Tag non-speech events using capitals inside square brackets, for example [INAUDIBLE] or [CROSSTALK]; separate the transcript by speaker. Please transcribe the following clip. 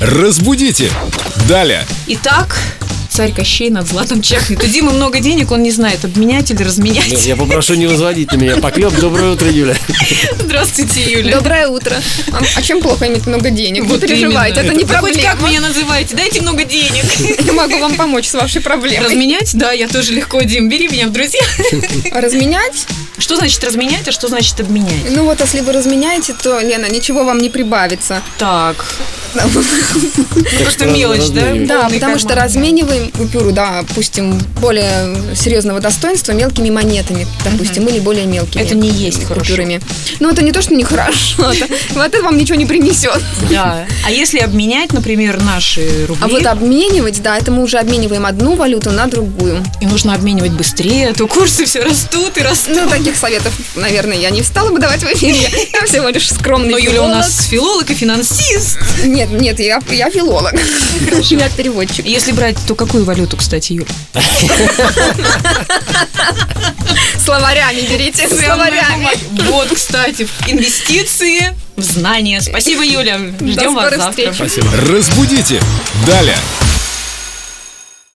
Speaker 1: Разбудите! Далее!
Speaker 2: Итак, царь Кощей над златом чахнет. У Димы много денег, он не знает, обменять или
Speaker 3: Нет,
Speaker 2: разменять.
Speaker 3: я попрошу не возводить на меня. Поклеп, доброе утро, Юля.
Speaker 2: Здравствуйте, Юля.
Speaker 4: Доброе утро. А, а чем плохо иметь много денег?
Speaker 2: Вот
Speaker 4: не переживайте,
Speaker 2: именно.
Speaker 4: это не
Speaker 2: Да Хоть как
Speaker 4: проблема.
Speaker 2: меня называете, дайте много денег.
Speaker 4: [LAUGHS] Я могу вам помочь с вашей проблемой.
Speaker 2: Разменять? Да, я тоже легко, Дим, бери меня в друзья.
Speaker 4: А Разменять?
Speaker 2: Что значит разменять, а что значит обменять?
Speaker 4: Ну вот, если вы разменяете, то, Лена, ничего вам не прибавится.
Speaker 2: Так. Просто мелочь, да?
Speaker 3: разменивать.
Speaker 4: Да,
Speaker 2: Полный
Speaker 4: Ну, потому что
Speaker 2: карман.
Speaker 4: размениваем купюру, да, допустим, более серьезного достоинства мелкими монетами, допустим, или более мелкими.
Speaker 2: Это не есть хорошо.
Speaker 4: купюрами. Ну, это не то, что нехорошо. [LAUGHS] это- Вот это вам ничего не принесет.
Speaker 2: Да. А если обменять, например, наши рубли,
Speaker 4: А вот обменивать, да, это мы уже обмениваем одну валюту на другую.
Speaker 2: и нужно обменивать быстрее, то курсы все растут и растут.
Speaker 4: Ну, таких советов, наверное, я не встала бы давать в эфире. Я всего лишь скромный
Speaker 2: Но Юля у
Speaker 4: филолог.
Speaker 2: нас филолог и финансист.
Speaker 4: Нет, нет, я, я филолог. Я переводчик.
Speaker 2: Если брать, то какую валюту, кстати, Юля?
Speaker 4: Словарями берите, словарями.
Speaker 2: Вот, кстати, в инвестиции в знания. Спасибо, Юля.
Speaker 4: До
Speaker 2: Ждем вас
Speaker 4: скорых
Speaker 2: завтра.
Speaker 4: встреч.
Speaker 3: Спасибо.
Speaker 1: Разбудите! Далее!